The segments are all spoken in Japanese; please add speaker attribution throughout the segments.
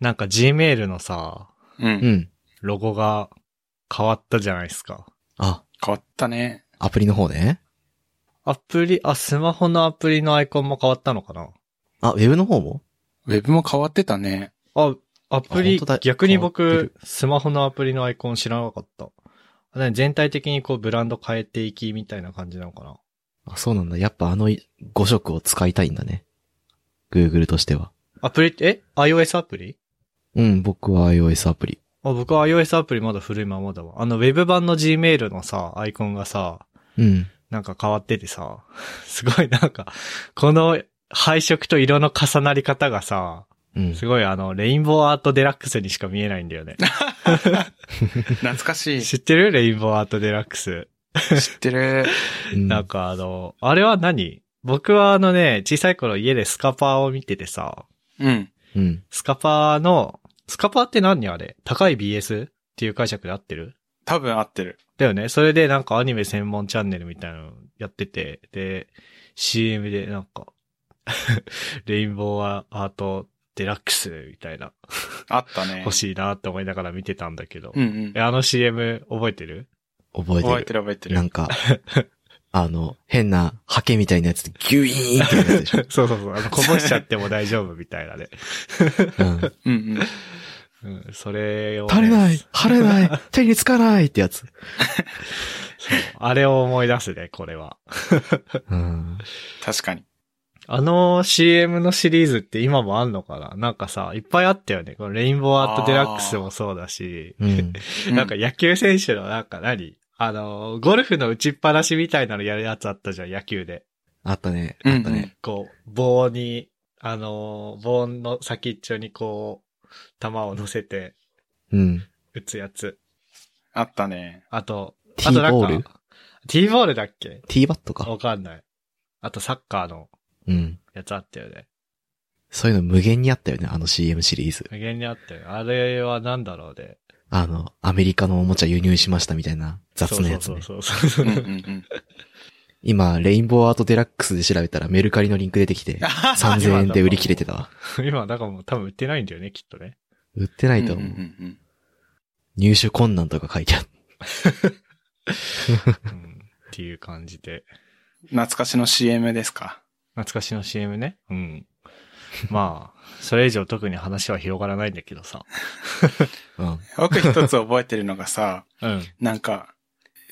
Speaker 1: なんか Gmail のさ、
Speaker 2: う。
Speaker 3: うんん。
Speaker 1: ロゴが変わったじゃないですか。
Speaker 3: あ、
Speaker 2: 変わったね。
Speaker 3: アプリの方ね。
Speaker 1: アプリ、あ、スマホのアプリのアイコンも変わったのかな
Speaker 3: あ、ウェブの方も
Speaker 2: ウェブも変わってたね。
Speaker 1: あ、アプリ
Speaker 3: あ本当だ、
Speaker 1: 逆に
Speaker 3: 変わって
Speaker 1: 僕、スマホのアプリのアイコン知らなかった。あでも全体的にこうブランド変えていきみたいな感じなのかな。
Speaker 3: あ、そうなんだ。やっぱあの5色を使いたいんだね。Google としては。
Speaker 1: アプリって、え ?iOS アプリ
Speaker 3: うん、僕は iOS アプリ。
Speaker 1: あ僕は iOS アプリまだ古いままだわ。あの、ウェブ版の Gmail のさ、アイコンがさ、
Speaker 3: うん。
Speaker 1: なんか変わっててさ、すごいなんか、この配色と色の重なり方がさ、
Speaker 3: うん。
Speaker 1: すごいあの、レインボーアートデラックスにしか見えないんだよね。
Speaker 2: 懐かし い。知
Speaker 1: 知ってるレインボーアートデラックス。
Speaker 2: ってる。
Speaker 3: うん
Speaker 1: なんかあの、あれは何僕はあのね、小さい頃家でスカパーを見ててさ、
Speaker 2: うん。
Speaker 3: うん。
Speaker 1: スカパーの、スカパーって何あれ高い BS? っていう解釈で合ってる
Speaker 2: 多分合ってる。
Speaker 1: だよね。それでなんかアニメ専門チャンネルみたいなのやってて、で、CM でなんか、 レインボーアートデラックスみたいな、
Speaker 2: あったね。
Speaker 1: 欲しいなって思いながら見てたんだけど。
Speaker 2: うんうん
Speaker 1: え。あの CM 覚えてる
Speaker 3: 覚えて
Speaker 2: 覚え
Speaker 3: る。
Speaker 2: てる覚えて
Speaker 3: な
Speaker 2: る。
Speaker 3: んか、あの、変なハケみたいなやつでギュイーンってやるやつでし ょ。
Speaker 1: そうそうそう。あの、こぼしちゃっても大丈夫みたいなね。
Speaker 2: うんう
Speaker 3: うん。
Speaker 2: ん。
Speaker 1: うん、それをね、
Speaker 3: 垂れない晴れ ない手につかないってやつ。
Speaker 1: あれを思い出すね、これは。
Speaker 3: うん。
Speaker 2: 確かに。
Speaker 1: あの CM のシリーズって今もあんのかななんかさ、いっぱいあったよね。このレインボーアートデラックスもそうだし、
Speaker 3: うん。
Speaker 2: う
Speaker 1: なんか、野球選手のなんか何あの、ゴルフの打ちっぱなしみたいなのやるやつあったじゃん、野球で。
Speaker 3: あったね。
Speaker 2: うん
Speaker 3: あ
Speaker 2: うん
Speaker 3: ったね。
Speaker 1: こう、棒に、あの、棒の先っちょにこう、球を乗せて
Speaker 3: うん。
Speaker 1: 打つやつ。
Speaker 2: あったね。
Speaker 1: あと、
Speaker 3: テ
Speaker 1: あ
Speaker 3: ィ
Speaker 1: と
Speaker 3: ー
Speaker 1: なん
Speaker 3: ボ
Speaker 1: か、
Speaker 3: ール
Speaker 1: ティーボールだっけ
Speaker 3: ティーバットか。
Speaker 1: わかんない。あとサッカーの
Speaker 3: うん。
Speaker 1: やつあったよね。
Speaker 3: そういうの無限にあったよね、あの CM シリーズ。
Speaker 1: 無限にあったよね。あれはなんだろうね。
Speaker 3: あの、アメリカのおもちゃ輸入しましたみたいな雑なやつね。
Speaker 1: そうそうそううん
Speaker 2: うん
Speaker 1: そうう。
Speaker 2: ん。
Speaker 3: 今、レインボーアートデラックスで調べたらメルカリのリンク出て きて、3000円で売り切れてたわ。
Speaker 1: 今、だからもう多分売ってないんだよね、きっとね。
Speaker 3: 売ってな
Speaker 2: う
Speaker 3: い
Speaker 2: んう
Speaker 3: と
Speaker 2: んう
Speaker 3: 思う。
Speaker 2: ん
Speaker 3: 入手困難とか書いてある。
Speaker 1: うん。っていう感じで。
Speaker 2: 懐かしの CM ですか。
Speaker 1: 懐かしの CM ね。うん。まあ、それ以上特に話は広がらないんだけどさ。
Speaker 3: うん。
Speaker 2: 僕一つ覚えてるのがさ、
Speaker 1: うん。
Speaker 2: なんか、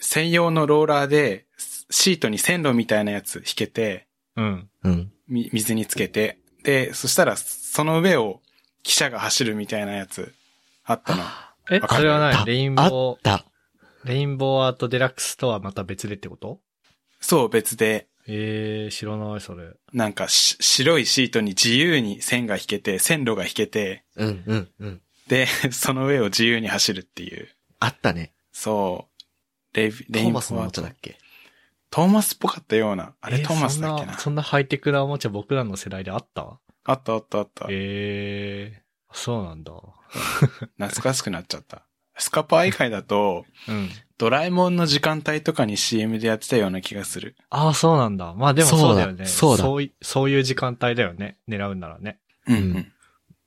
Speaker 2: 専用のローラーで、シートに線路みたいなやつ引けて、
Speaker 1: うん。
Speaker 3: うん。
Speaker 2: み水につけて、で、そしたら、その上を、汽車が走るみたいなやつ、あったの。
Speaker 1: え
Speaker 2: わ、か
Speaker 1: そ
Speaker 2: んない
Speaker 1: れは
Speaker 3: あ
Speaker 1: 何レインボ
Speaker 3: あった。
Speaker 1: ー、レインボーアートデラックスとはまた別でってこと
Speaker 2: そう、別で、
Speaker 1: えー、知らない、それ。
Speaker 2: なんかし、白いシートに自由に線が引けて、線路が引けて、
Speaker 3: うん、うん、うん。
Speaker 2: で、 その上を自由に走るっていう。
Speaker 3: あったね。
Speaker 2: そう。レイ
Speaker 3: ト
Speaker 2: レイ
Speaker 3: ー
Speaker 2: ンボ
Speaker 3: マスのお
Speaker 2: ー
Speaker 3: もちゃだっけ
Speaker 2: トーマスっぽかったような。あれ、
Speaker 1: えー
Speaker 2: トーマスだっけ
Speaker 1: そん
Speaker 2: な
Speaker 1: な、。そんなハイテクなおもちゃ僕らの世代であった
Speaker 2: あったあったあった。
Speaker 1: えー、そうなんだ。
Speaker 2: 懐かしくなっちゃった。スカパー以外だと、
Speaker 1: うん。
Speaker 2: ドラえもんの時間帯とかに CM でやってたような気がする。
Speaker 1: ああ、そうなんだ。まあでもそうだよね。
Speaker 3: そうだ
Speaker 1: そう
Speaker 3: そうだ
Speaker 1: いそういう時間帯だよね。狙うんならね。
Speaker 2: うんう
Speaker 3: うんん。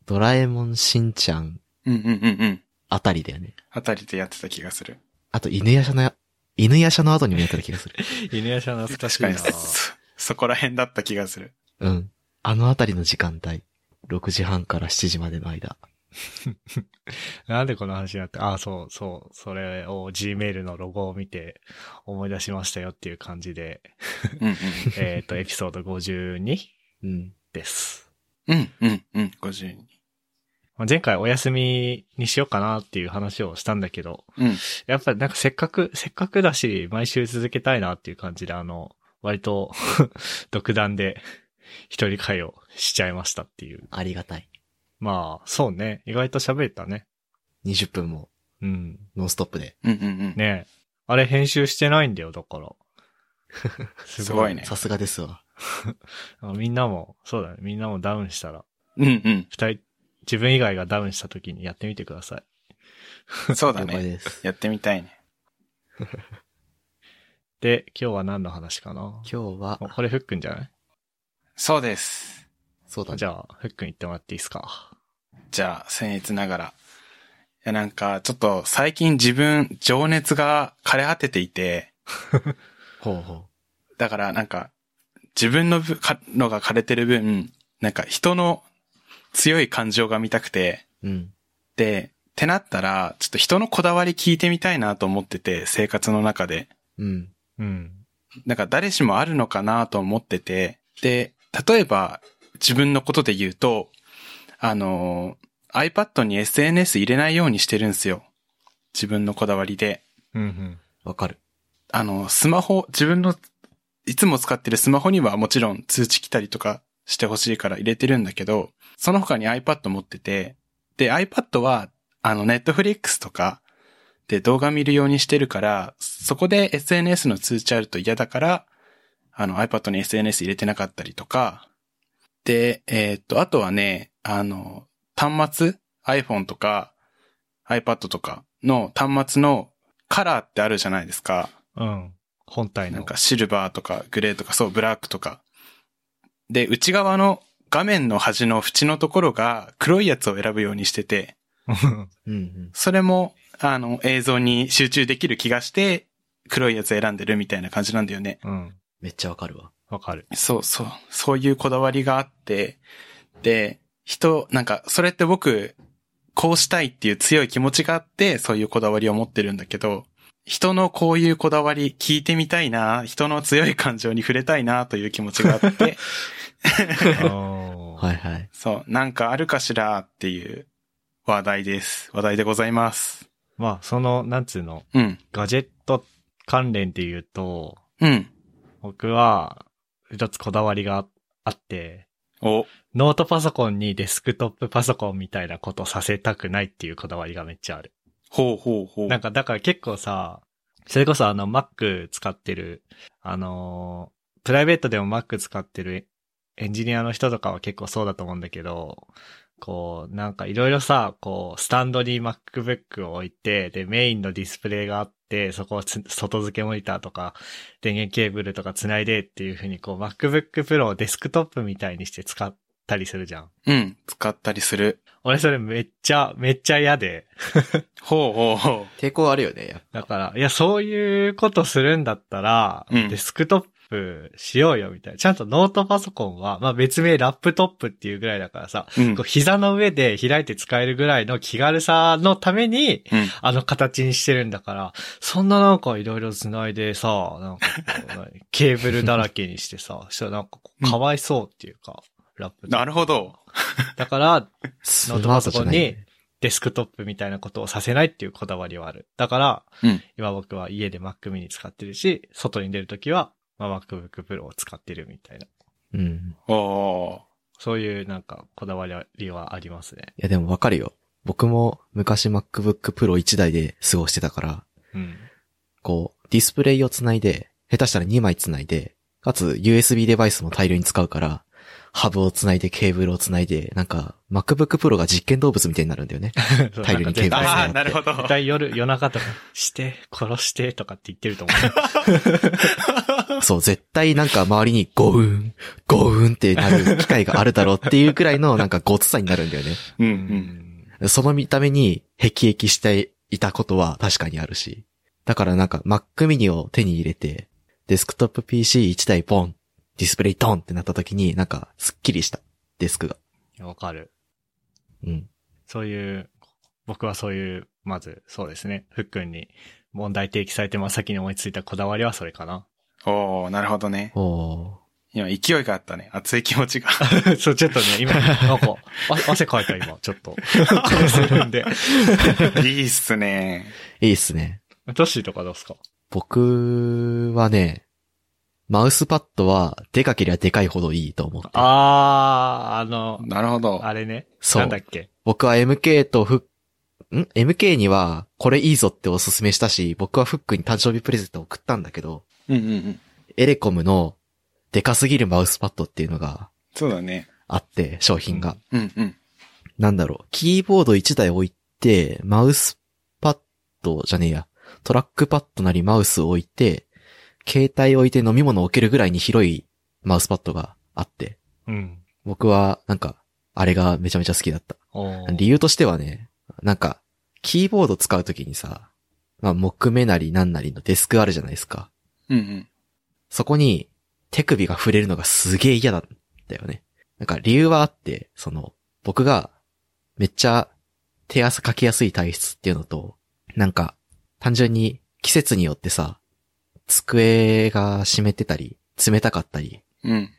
Speaker 3: ドラえもんしんちゃん
Speaker 2: うんうんうんうん。
Speaker 3: あたりだよね。
Speaker 2: あたりでやってた気がする。
Speaker 3: あと、犬やしゃの、犬やしゃの後にもやってた気がする。
Speaker 1: 犬屋舎懐かしい
Speaker 2: 確か
Speaker 1: な
Speaker 2: に。 そ、そこら辺だった気がする。
Speaker 3: うん。あのあたりの時間帯。6時半から7時までの間。
Speaker 1: なんでこの話になって、ああ、そうそう。それを Gmail のロゴを見て思い出しましたよっていう感じで、
Speaker 2: うんうん。
Speaker 1: えっと、エピソード52
Speaker 3: うん。
Speaker 1: です。
Speaker 2: うんうんうん。52。
Speaker 1: まあ前回お休みにしようかなっていう話をしたんだけど、
Speaker 2: うん。
Speaker 1: やっぱりなんかせっかく、せっかくだし、毎週続けたいなっていう感じで、あの、割と 独断で一人会をしちゃいましたっていう
Speaker 3: ありがたい。
Speaker 1: まあ、そうね。意外と喋れたね。
Speaker 3: 20分も
Speaker 1: うん。
Speaker 3: ノンストップで。
Speaker 2: うんうんうん。
Speaker 1: ねえ。あれ編集してないんだよ、だから。 す
Speaker 2: すごいね
Speaker 3: さすがですわ。
Speaker 1: みんなも、そうだね。みんなもダウンしたら、
Speaker 2: うん
Speaker 1: 二人、自分以外がダウンした時にやってみてください。
Speaker 2: うん。そうだ
Speaker 3: 了解
Speaker 2: ね。
Speaker 3: です。
Speaker 2: やってみたいね。
Speaker 1: で、今日は何の話かな
Speaker 3: 今日は
Speaker 1: お、これふっくんじゃない
Speaker 2: そうです。
Speaker 3: そうだね
Speaker 1: じ。ゃあ、ふっくん言ってもらっていいですか。
Speaker 2: ちゃ僭越ながら。いや、なんか、ちょっと最近自分、情熱が枯れ果てていて、
Speaker 3: ほうほ
Speaker 2: だからなんか、自分のぶかのが枯れてる分、なんか人の強い感情が見たくて、
Speaker 3: う。うん。
Speaker 2: で、ってなったら、ちょっと人のこだわり聞いてみたいなと思ってて、生活の中で。
Speaker 3: うん。
Speaker 1: うん。
Speaker 2: なんか誰しもあるのかなと思ってて、で、例えば自分のことで言うと、あの、iPad に SNS 入れないようにしてるんですよ。自分のこだわりで。
Speaker 1: うんうん。
Speaker 3: わかる。
Speaker 2: あの、スマホ、自分の、いつも使ってるスマホにはもちろん通知来たりとかしてほしいから入れてるんだけど、その他に iPad 持ってて、で、iPad は、あの、Netflix とかで動画見るようにしてるから、そこで SNS の通知あると嫌だから、あの、iPad に SNS 入れてなかったりとか、で、えーっと、あとはね、あの、端末 ?iPhone とか iPad とかの端末のカラーってあるじゃないですか。
Speaker 1: うん。本体の。
Speaker 2: なんかシルバーとかグレーとかそうブラックとか。で、内側の画面の端の縁のところが黒いやつを選ぶようにしてて、
Speaker 3: うんうん。
Speaker 2: それも、あの、映像に集中できる気がして、黒いやつ選んでるみたいな感じなんだよね。
Speaker 1: うん。
Speaker 3: めっちゃわかるわ。
Speaker 1: わかる。
Speaker 2: そうそう。そういうこだわりがあって、で、人、なんか、それって僕、こうしたいっていう強い気持ちがあって、そういうこだわりを持ってるんだけど、人のこういうこだわり聞いてみたいな、人の強い感情に触れたいなという気持ちがあ って、
Speaker 1: は。
Speaker 3: はい いはい。
Speaker 2: そう、なんかあるかしらっていう話題です。話題でございます。
Speaker 1: まあ、その、なんつうの、
Speaker 2: うん、
Speaker 1: ガジェット関連で言うと、
Speaker 2: うん、
Speaker 1: 僕は、一つこだわりがあって、
Speaker 2: お、
Speaker 1: ノートパソコンにデスクトップパソコンみたいなことさせたくないっていうこだわりがめっちゃある。
Speaker 2: ほうほうほう。
Speaker 1: なんか、だから結構さ、それこそあの Mac 使ってる、あのープライベートでも Mac 使ってるエンジニアの人とかは結構そうだと思うんだけど、こう、なんかいろいろさ、こう、スタンドに MacBook を置いて、で、メインのディスプレイがあって、そこをつ外付けモニターとか、電源ケーブルとか繋いでっていう風に、こう、MacBook Pro をデスクトップみたいにして使ったりするじゃん。
Speaker 2: うん、使ったりする。
Speaker 1: 俺それめっちゃ、めっちゃ嫌で。
Speaker 2: ほうほうほ
Speaker 3: 抵抗あるよね、やっ
Speaker 1: だから、いや、そういうことするんだったら、
Speaker 2: うん
Speaker 1: デスクトップしようよ、みたいな。ちゃんとノートパソコンは、まあ別名ラップトップっていうぐらいだからさ、
Speaker 2: う。うん
Speaker 1: こう、膝の上で開いて使えるぐらいの気軽さのために、
Speaker 2: うん。
Speaker 1: あの形にしてるんだから、そんななんかいろいろ繋いでさ、なんかこう何ケーブルだらけにしてさ、そしたらなんかこうかわいそうっていうか、ラップトップ
Speaker 2: なるほど。
Speaker 1: だから、
Speaker 3: ぱ。ス
Speaker 1: ノートパソコンにデスクトップみたいなことをさせないっていうこだわりはある。だから、
Speaker 2: うん
Speaker 1: 今僕は家で Mac mini 使ってるし、外に出るときは、まあ、MacBook Pro を使ってるみたいな。
Speaker 3: うん。
Speaker 2: おおー。
Speaker 1: そういうなんかこだわりはありますね。
Speaker 3: いやでもわかるよ。僕も昔 MacBook Pro 1台で過ごしてたから、
Speaker 1: うん。
Speaker 3: こう、ディスプレイをつないで、下手したら2枚つないで、かつ USB デバイスも大量に使うから、ハブをつないで、ケーブルをつないで、なんか、MacBook Pro が実験動物みたいになるんだよね。
Speaker 1: そう
Speaker 3: 大量にケーブル
Speaker 1: なんか
Speaker 2: あ
Speaker 3: ね
Speaker 2: あ、なるほど。
Speaker 1: 絶対夜、夜中とか、して、殺して、とかって言ってると思う。
Speaker 3: そう、絶対なんか周りにゴウン、ゴウンってなる機会があるだろうっていうくらいのなんかごつさになるんだよね。
Speaker 2: うんう。。
Speaker 1: うん
Speaker 3: その見た目に辟易していたことは確かにあるし。だからなんか Mac mini を手に入れて、デスクトップ PC1 台ポン、ディスプレイドンってなった時になんかスッキリした、デスクが。
Speaker 1: わかる。
Speaker 3: うん。
Speaker 1: そういう、僕はそういう、まず、そうですね。ふっくんに問題提起されて真っ先に思いついたこだわりはそれかな。
Speaker 2: おおなるほどね。
Speaker 3: おー。
Speaker 2: 今、勢いがあったね。熱い気持ちが。
Speaker 1: そう、ちょっとね、今、なんか、あ汗かいた今、ちょっ と。自分で。
Speaker 2: いいっすね。
Speaker 3: いいっすね。
Speaker 1: トッシーとかどうっすか
Speaker 3: 僕はね、マウスパッドはでかけりゃでかいほどいいと思って。
Speaker 1: あー、あの、
Speaker 2: なるほど。
Speaker 1: あれね。
Speaker 3: そう
Speaker 1: なんだっけ
Speaker 3: 僕は MK とフッ、ん ?MK には、これいいぞっておすすめしたし、僕はフックに誕生日プレゼントを送ったんだけど、
Speaker 2: うんうんうん。
Speaker 3: エレコムの、でかすぎるマウスパッドっていうのが
Speaker 2: そうだね。
Speaker 3: あって、商品が。
Speaker 2: うんうん。
Speaker 3: なんだろう、キーボード1台置いて、マウスパッドじゃねえや、トラックパッドなりマウスを置いて、携帯置いて飲み物を置けるぐらいに広いマウスパッドがあって、
Speaker 1: うん。
Speaker 3: 僕は、なんか、あれがめちゃめちゃ好きだった。
Speaker 1: お
Speaker 3: 理由としてはね、なんか、キーボード使うときにさ、まあ、木目なりなんなりのデスクあるじゃないですか。
Speaker 2: うんうん。
Speaker 3: そこに手首が触れるのがすげえ嫌なんだよね。なんか理由はあって、その、僕がめっちゃ手汗かきやすい体質っていうのと、なんか単純に季節によってさ、机が湿ってたり、冷たかったり、
Speaker 2: うん。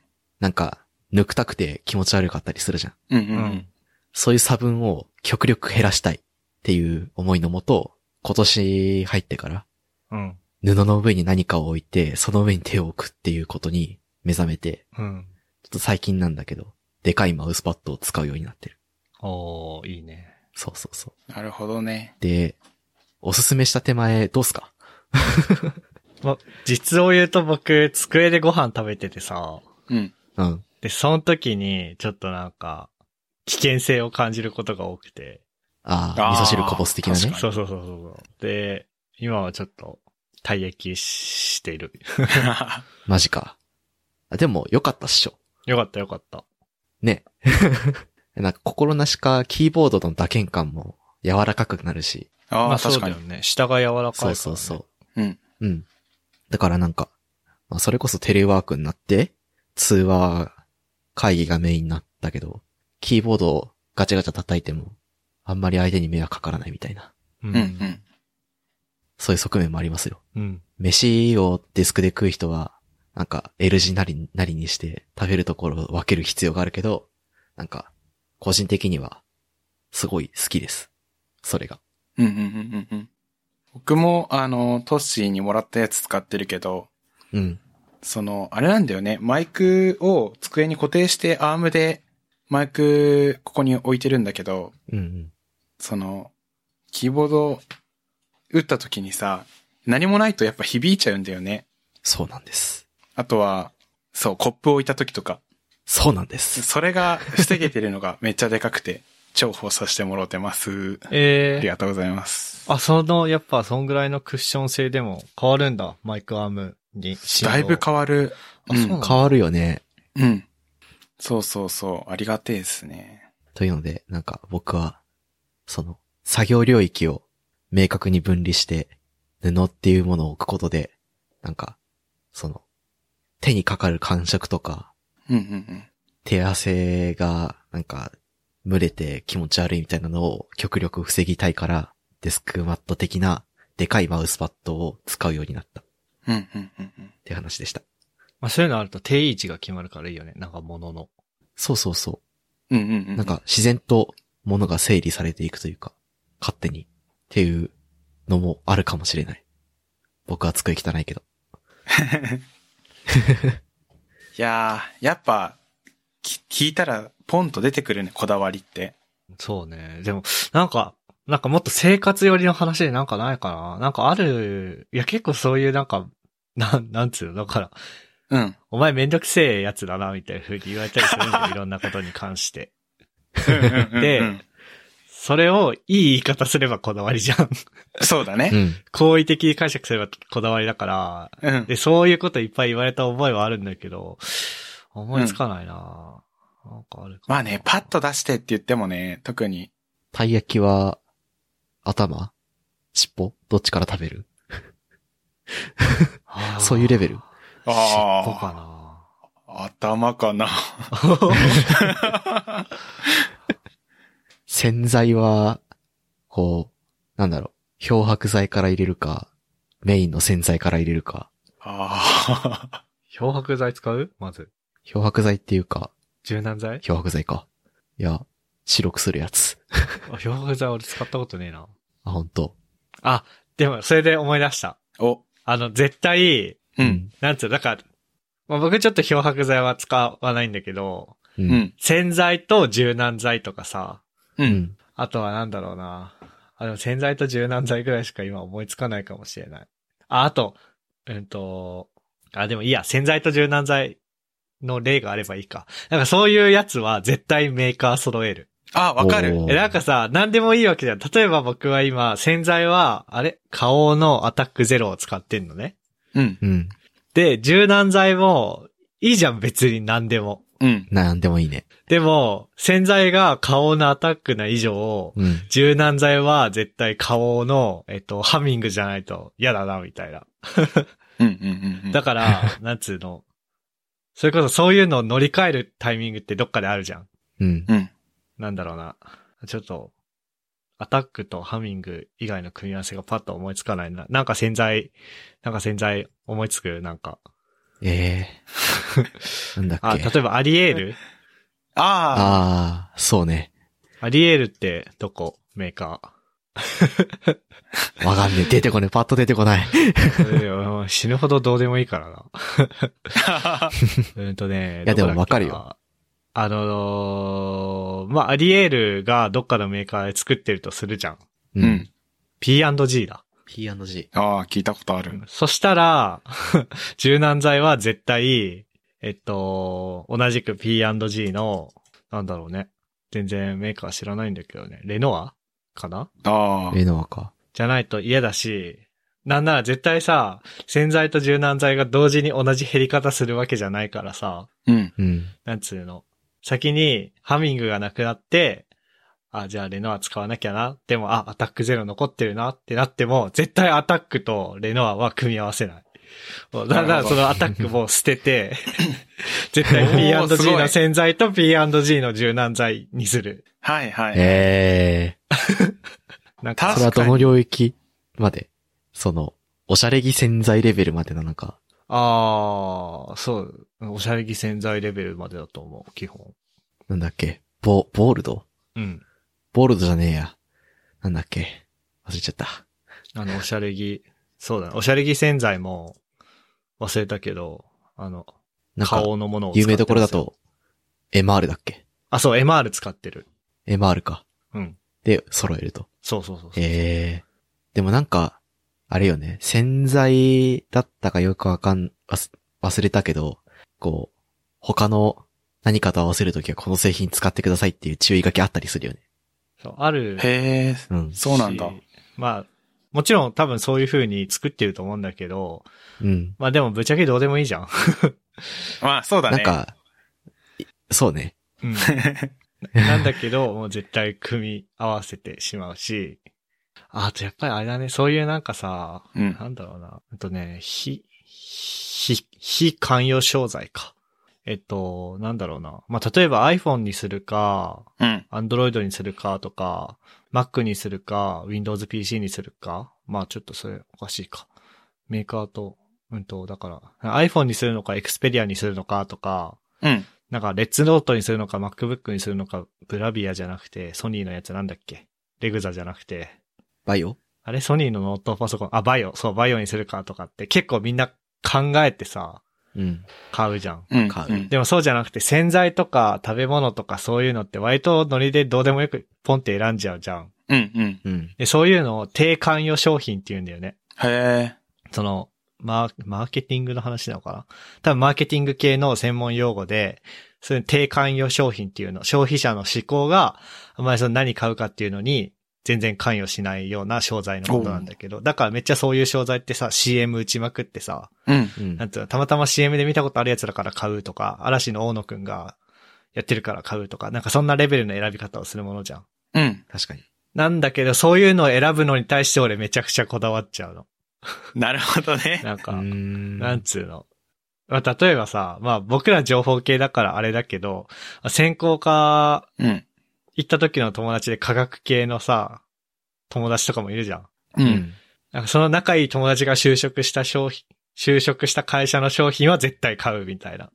Speaker 3: なんかぬくたくて気持ち悪かったりするじゃん。
Speaker 2: うん
Speaker 1: う。
Speaker 2: うんんうん。
Speaker 3: そういう差分を極力減らしたいっていう思いのもと、今年入ってから
Speaker 1: うん。
Speaker 3: 布の上に何かを置いて、その上に手を置くっていうことに目覚めて、
Speaker 1: うん。
Speaker 3: ちょっと最近なんだけど、でかいマウスパッドを使うようになってる。
Speaker 1: おー、いいね。
Speaker 3: そうそうそう。
Speaker 2: なるほどね。
Speaker 3: で、おすすめした手前、どうすか
Speaker 1: 実を言うと僕、机でご飯食べててさ、
Speaker 2: うん。
Speaker 3: うん。
Speaker 1: で、その時に、ちょっとなんか、危険性を感じることが多くて、
Speaker 3: ああ、
Speaker 2: あー
Speaker 3: 味噌汁こぼす的な
Speaker 2: 確
Speaker 3: ね
Speaker 2: か。
Speaker 1: そうそうそうそうそう。で、今はちょっと、退役している。
Speaker 3: マジか。あでも、良かったっしょ。
Speaker 1: よかったよかった。
Speaker 3: ね。なんか、心なしか、キーボードの打鍵感も柔らかくなるし。
Speaker 2: あ
Speaker 1: ま
Speaker 2: あ、
Speaker 1: あそ
Speaker 2: 確
Speaker 1: うだ
Speaker 2: か
Speaker 1: よ。
Speaker 2: に
Speaker 1: ね。下が柔らかいから、ね。
Speaker 3: そうそうそう。
Speaker 2: うん。
Speaker 3: うん。だからなんか、まあ、それこそテレワークになって、通話、会議がメインになったけど、キーボードをガチャガチャ叩いても、あんまり相手に迷惑かからないみたいな、
Speaker 1: う
Speaker 2: うんうん。
Speaker 3: そういう側面もありますよ。
Speaker 1: うん。
Speaker 3: 飯をデスクで食う人は、なんか L 字なり、なりにして食べるところを分ける必要があるけど、なんか、個人的には、すごい好きです。それが。
Speaker 2: うんうんうんうんうん。僕も、あの、トッシーにもらったやつ使ってるけど、
Speaker 3: うん。
Speaker 2: その、あれなんだよね。マイクを机に固定してアームで、マイク、ここに置いてるんだけど、
Speaker 3: うんうん。
Speaker 2: その、キーボード、打った時にさ、何もないとやっぱ響いちゃうんだよね。
Speaker 3: そうなんです。
Speaker 2: あとは、そう、コップ置いた時とか。
Speaker 3: そうなんです。
Speaker 2: それが防げてるのがめっちゃでかくて、重宝させてもろてます。あ
Speaker 1: ええー。
Speaker 2: りがとうございます。
Speaker 1: あ、その、やっぱ、そんぐらいのクッション性でも変わるんだ。マイクアームに。
Speaker 2: だいぶ変わる。
Speaker 1: あそうなんだ
Speaker 3: 変わるよね。
Speaker 2: うん。そうそうそう。ありがてえですね。
Speaker 3: というので、なんか僕は、その、作業領域を明確に分離して、布っていうものを置くことで、なんか、その、手にかかる感触とか、
Speaker 2: うんうん
Speaker 3: 手汗が、なんか、蒸れて気持ち悪いみたいなのを極力防ぎたいから、デスクマット的な、でかいマウスパッドを使うようになったっ
Speaker 2: うん。うんうんうんうん。
Speaker 3: て話でした。
Speaker 1: まあ、そういうのあると定位置が決まるからいいよね。なんか物の。
Speaker 3: そうそうそ
Speaker 2: うんうんう
Speaker 3: う。
Speaker 2: ん。
Speaker 3: なん、か自然と物が整理されていくというか、勝手にっていうのもあるかもしれない。僕は机汚いけど。
Speaker 2: いやー、やっぱ、き聞いたら、ポンと出てくるね、こだわりって。
Speaker 1: そうね。でも、なんか、なんかもっと生活寄りの話でなんかないかな。なんかある、いや結構そういうなんか、なん、なんつうの、だから、
Speaker 2: うん。
Speaker 1: お前めんどくせえやつだな、みたいな風に言われたりするん だよ。いろんなことに関して。で
Speaker 2: うんうん
Speaker 1: それをいい言い方すればこだわりじゃん。
Speaker 2: そうだ
Speaker 3: う
Speaker 2: ね。
Speaker 3: ん。
Speaker 1: 好意的に解釈すればこだわりだから。
Speaker 2: うん。
Speaker 1: で、そういうこといっぱい言われた覚えはあるんだけど、思いつかないな、なんかあるかな
Speaker 2: まあね、パッと出してって言ってもね、特に、
Speaker 3: たい焼きは、頭尻尾どっちから食べる
Speaker 1: あー
Speaker 3: そういうレベル
Speaker 1: 尻尾
Speaker 2: あ
Speaker 1: かな
Speaker 2: あ、頭かな。
Speaker 3: 洗剤は、こう、なんだろう、漂白剤から入れるか、メインの洗剤から入れるか、
Speaker 2: ああ。
Speaker 1: 漂白剤使うまず。
Speaker 3: 漂白剤っていうか、
Speaker 1: 柔軟剤
Speaker 3: 漂白剤か。いや、白くするやつ。
Speaker 1: あ漂白剤俺使ったことねえな。
Speaker 3: あ、ほんと。
Speaker 1: あ、でも、それで思い出した。
Speaker 2: お、
Speaker 1: あの、絶対、
Speaker 2: うん。。
Speaker 1: なんつうの、だから、まあ、僕ちょっと漂白剤は使わないんだけど、
Speaker 3: う。
Speaker 2: うんん。
Speaker 1: 洗剤と柔軟剤とかさ、
Speaker 2: う。
Speaker 3: うんん。
Speaker 1: あとはなんだろうな。あ、でも洗剤と柔軟剤ぐらいしか今思いつかないかもしれない。あ、あと、うんと、あ、でもいいや、洗剤と柔軟剤の例があればいいか。なんかそういうやつは絶対メーカー揃える。
Speaker 2: あ、わかる
Speaker 3: お。ー
Speaker 1: え、なんかさ、なんでもいいわけじゃん。例えば僕は今、洗剤は、あれ花王のアタックゼロを使ってんのね。
Speaker 2: うん。
Speaker 3: うん。
Speaker 1: で、柔軟剤も、いいじゃん、別に何でも。
Speaker 2: うん。
Speaker 3: なんでもいいね。
Speaker 1: でも、洗剤が顔のアタックな以上、
Speaker 3: うん。
Speaker 1: 柔軟剤は絶対顔の、えっと、ハミングじゃないと嫌だな、みたいな。
Speaker 2: うんうんうん。
Speaker 1: だ から、なんつうの。それこそそういうのを乗り換えるタイミングってどっかであるじゃん。
Speaker 3: うん。
Speaker 2: うん。
Speaker 1: なんだろうな。ちょっと、アタックとハミング以外の組み合わせがパッと思いつかないな。なんか洗剤、なんか洗剤思いつくなんか。
Speaker 3: ええなんだっけ。
Speaker 1: あ、例えばアリエール
Speaker 2: ああ。
Speaker 3: ああ、そうね。
Speaker 1: アリエールってどこメーカー。
Speaker 3: わかんねえ。出てこねえ。パッと出て こない。
Speaker 1: いやもう死ぬほどどうでもいいからな。 うんとね。
Speaker 3: いや
Speaker 1: どこだっけな
Speaker 3: でもわかるよ。
Speaker 1: あのーまあ、アリエールがどっかのメーカーで作ってるとするじゃん。
Speaker 3: う
Speaker 2: う。ん。
Speaker 1: P&G だ。
Speaker 3: P&G。
Speaker 2: ああ、聞いたことある。
Speaker 1: そしたら、 柔軟剤は絶対、えっと、同じく P&G の、なんだろうね。全然メーカー知らないんだけどね。レノアかな
Speaker 2: ああ。
Speaker 3: レノアか。
Speaker 1: じゃないと嫌だし、なんなら絶対さ、洗剤と柔軟剤が同時に同じ減り方するわけじゃないからさ、
Speaker 2: うん。
Speaker 3: うん。
Speaker 1: なんつうの。先にハミングがなくなって、あ、じゃあレノア使わなきゃな。でも、あ、アタックゼロ残ってるなってなっても、絶対アタックとレノアは組み合わせない。もうだか
Speaker 2: なる
Speaker 1: ら
Speaker 2: ほ
Speaker 1: そ
Speaker 2: ど
Speaker 1: のアタックも捨て て、絶対
Speaker 2: おーす
Speaker 1: P&G
Speaker 2: ごい
Speaker 1: の洗剤と P&G の柔軟剤にする。
Speaker 2: はいはい。
Speaker 3: ええ
Speaker 1: なんか
Speaker 2: 確
Speaker 3: それはどの領域までその、おしゃれ着洗剤レベルまでなのか。
Speaker 1: ああ、そう。おしゃれ着洗剤レベルまでだと思う、基本。
Speaker 3: なんだっけ。ボ、ボールド
Speaker 1: うん。
Speaker 3: ボールドじゃねえや。なんだっけ。忘れちゃった。
Speaker 1: あの、おしゃれ着、そうだね。おしゃれ着洗剤も忘れたけど、あの、
Speaker 3: なんか、
Speaker 1: 顔のものを使ってま
Speaker 3: 有
Speaker 1: す
Speaker 3: 名
Speaker 1: よ
Speaker 3: どころだ。と、MR だっけ。
Speaker 1: あ、そう、MR 使ってる。
Speaker 3: MR か。
Speaker 1: うん。
Speaker 3: で、揃えると。
Speaker 1: そうそうそうそう。
Speaker 3: ええでもなんか、あれよね、洗剤だったかよくわかん、忘忘れたけど、こう、他の何かと合わせるときはこの製品使ってくださいっていう注意書きあったりするよね。
Speaker 1: そうある。
Speaker 2: へえ。
Speaker 3: うん。
Speaker 2: そうなんだ。。
Speaker 1: まあ、もちろん多分そういう風に作ってると思うんだけど、
Speaker 3: うん。
Speaker 1: まあでもぶっちゃけどうでもいいじゃん。
Speaker 2: まあ、そうだ
Speaker 3: なん
Speaker 2: ね。
Speaker 3: か、いそうね。
Speaker 1: うん。なんだけど、もう絶対組み合わせてしまうし、ああとやっぱりあれだね、そういうなんかさ、
Speaker 2: うん。
Speaker 1: なんだろうな。えっとね、非、非、非寛容商材か。えっと、なんだろうな。まあ、例えば iPhone にするか、
Speaker 2: うん。
Speaker 1: Android にするかとか、Mac にするか、Windows PC にするか。まあ、ちょっとそれおかしいか。メーカーと、うんと、だから、iPhone にするのか、Xperia にするのかとか、
Speaker 2: うん。
Speaker 1: なんか、レッツノートにするのか、MacBook にするのか、ブラビアじゃなくて、ソニーのやつなんだっけレグザじゃなくて、
Speaker 3: バイオ
Speaker 1: あれソニーのノートパソコン、あ、バイオ、そう、バイオにするかとかって結構みんな考えてさ、
Speaker 3: うん。
Speaker 1: 買うじゃん。
Speaker 2: うん。
Speaker 3: 買
Speaker 2: うん
Speaker 1: でもそうじゃなくて洗剤とか食べ物とかそういうのって割とノリでどうでもよくポンって選んじゃうじゃん。
Speaker 2: うん。うん。
Speaker 3: うん。
Speaker 1: で、そういうのを低関与商品って言うんだよね。
Speaker 2: へえ。
Speaker 1: その、マーマーケティングの話なのかな多分マーケティング系の専門用語で、そういう低関与商品っていうの、消費者の思考があんまりその何買うかっていうのに全然関与しないような商材のことなんだけど、だからめっちゃそういう商材ってさ、CM 打ちまくってさ、
Speaker 2: うん。
Speaker 3: うん
Speaker 1: な。んていうの、たまたま CM で見たことあるやつだから買うとか、嵐の大野くんがやってるから買うとか、なんかそんなレベルの選び方をするものじゃん。
Speaker 2: うん。
Speaker 3: 確かに。
Speaker 1: なんだけど、そういうのを選ぶのに対して俺めちゃくちゃこだわっちゃうの。
Speaker 2: なるほどね。
Speaker 1: なんか、
Speaker 3: うーん
Speaker 1: なんつうの。まあ、例えばさ、まあ僕ら情報系だからあれだけど、専攻科
Speaker 2: うん。
Speaker 1: 行った時の友達で科学系のさ、友達とかもいるじゃん。
Speaker 2: う。
Speaker 3: うんん。
Speaker 1: なんかその仲いい友達が就職した商品、就職した会社の商品は絶対買うみたいな
Speaker 2: あ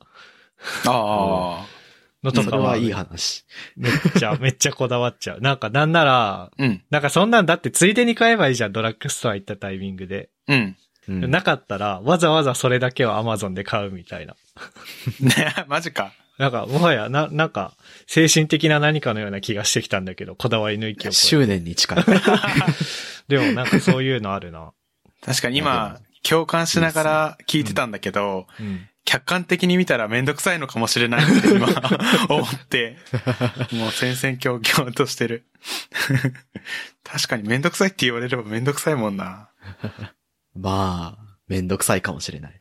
Speaker 2: あ。
Speaker 1: のと
Speaker 3: そ
Speaker 1: か
Speaker 3: れ
Speaker 1: は
Speaker 3: はいい話。
Speaker 1: めっち ゃ、めっちゃこだわっちゃう。なんかなんなら、
Speaker 2: うん。
Speaker 1: なんかそんなんだってついでに買えばいいじゃん、ドラッグストア行ったタイミングで。
Speaker 2: うん。
Speaker 3: うん
Speaker 1: なかったら、わざわざそれだけは Amazon で買うみたいな。
Speaker 2: ね、マジか。
Speaker 1: なんか、もはや、な、なんか、精神的な何かのような気がしてきたんだけど、こだわりの域を超え
Speaker 3: 執念 に近い。
Speaker 1: でもなんかそういうのある な。
Speaker 2: 確かに
Speaker 3: まあ
Speaker 2: 今、共感しながら聞いてたんだけど、
Speaker 1: うん。
Speaker 2: 客観的に見たらめんどくさいのかもしれないって 今思って、もう戦々恐々としてる。 確かにめんどくさいって言われればめんどくさいもんな。
Speaker 3: まあ、めんどくさいかもしれない。